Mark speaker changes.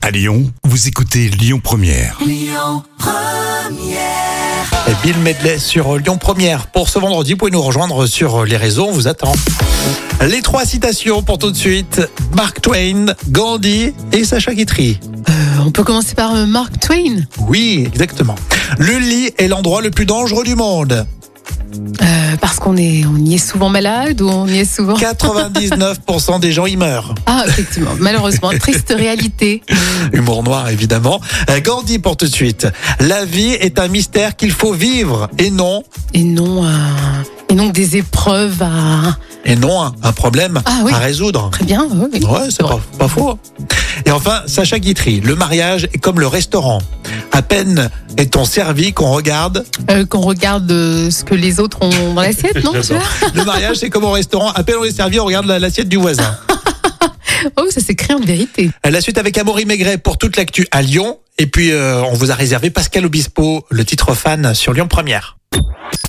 Speaker 1: À Lyon, vous écoutez Lyon Première.
Speaker 2: Et Bill Medley sur Lyon Première. Pour ce vendredi, vous pouvez nous rejoindre sur les réseaux, on vous attend. Les trois citations pour tout de suite. Mark Twain, Gandhi et Sacha Guitry.
Speaker 3: Euh, on peut commencer par euh, Mark Twain.
Speaker 2: Oui, exactement. Le lit est l'endroit le plus dangereux du monde.
Speaker 3: Euh, parce qu'on est, on y est souvent malade ou on y est souvent.
Speaker 2: 99% des gens y meurent.
Speaker 3: Ah, effectivement, malheureusement, triste réalité.
Speaker 2: Humour noir, évidemment. Euh, Gandhi pour tout de suite. La vie est un mystère qu'il faut vivre et non,
Speaker 3: Et non, euh, et non des épreuves à.
Speaker 2: et non un, un problème
Speaker 3: Ah oui.
Speaker 2: à résoudre.
Speaker 3: Très bien, oui, oui.
Speaker 2: Ouais, c'est pas, pas faux. hein. Et enfin, Sacha Guitry, le mariage est comme le restaurant. À peine est-on servi qu'on regarde.
Speaker 3: Euh, Qu'on regarde euh, ce que les autres ont dans l'assiette, non tu vois
Speaker 2: Le mariage, c'est comme au restaurant. À peine on est servi, on regarde la- l'assiette du voisin. Euh,
Speaker 3: Oh, ça s'écrit en vérité.
Speaker 2: La suite avec Amaury Maigret pour toute l'actu à Lyon. Et puis, euh, on vous a réservé Pascal Obispo, le titre fan sur Lyon Première.